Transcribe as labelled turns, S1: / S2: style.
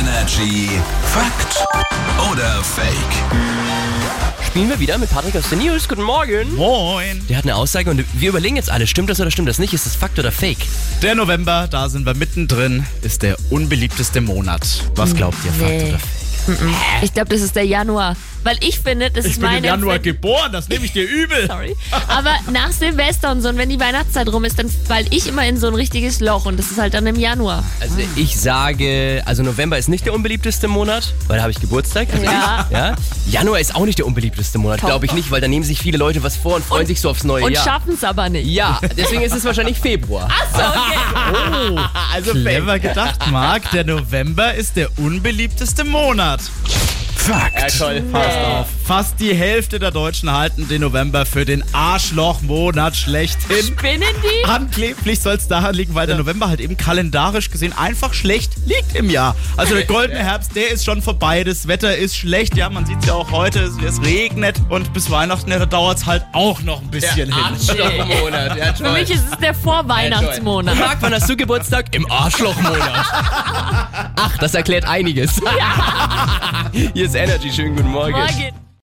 S1: Energy Fakt oder Fake?
S2: Spielen wir wieder mit Patrick aus den News. Guten Morgen.
S3: Moin!
S2: Der hat eine Aussage und wir überlegen jetzt alle, stimmt das oder stimmt das nicht? Ist das Fakt oder Fake?
S3: Der November, da sind wir mittendrin, ist der unbeliebteste Monat. Was glaubt ihr, Fakt
S4: Hm, Nee.
S3: oder Fake?
S4: Ich glaube, das ist der Januar. Weil ich finde, das ist meine. Empfindung-
S3: geboren, das nehme ich dir übel.
S4: Sorry. Aber nach Silvester und so, und wenn die Weihnachtszeit rum ist, dann fall ich immer in so ein richtiges Loch und das ist halt dann im Januar.
S2: Also ich sage, also November ist nicht der unbeliebteste Monat, weil da habe ich Geburtstag. Also
S4: Ja.
S2: Ich, ja. Januar ist auch nicht der unbeliebteste Monat,
S4: Top.
S2: glaube ich nicht, weil da nehmen sich viele Leute was vor und Ah, freuen sich so aufs neue
S4: Und
S2: Jahr.
S4: schaffen es aber nicht.
S2: ja, deswegen ist es wahrscheinlich Februar.
S4: So, okay.
S3: Also Clever gedacht, Marc, der November ist der unbeliebteste Monat.
S1: Fakt.
S2: toll.
S3: Fast die Hälfte der Deutschen halten den November für den Arschlochmonat schlechthin.
S4: Spinnen die?
S3: Angeblich soll es daran liegen, weil der November halt eben kalendarisch gesehen einfach schlecht liegt im Jahr. Also der goldene Herbst, der ist schon vorbei, das Wetter ist schlecht. Ja, man sieht es ja auch heute, es, es regnet und bis Weihnachten, ja, da dauert es halt auch noch ein bisschen hin. ne?
S2: Arschlochmonat. Ja,
S4: Für mich ist es der Vorweihnachtsmonat.
S2: Marc, wann hast du Geburtstag? Im Arschlochmonat. Ach, das erklärt einiges. Hier ist Energy. Schönen guten Morgen.
S4: Morgen.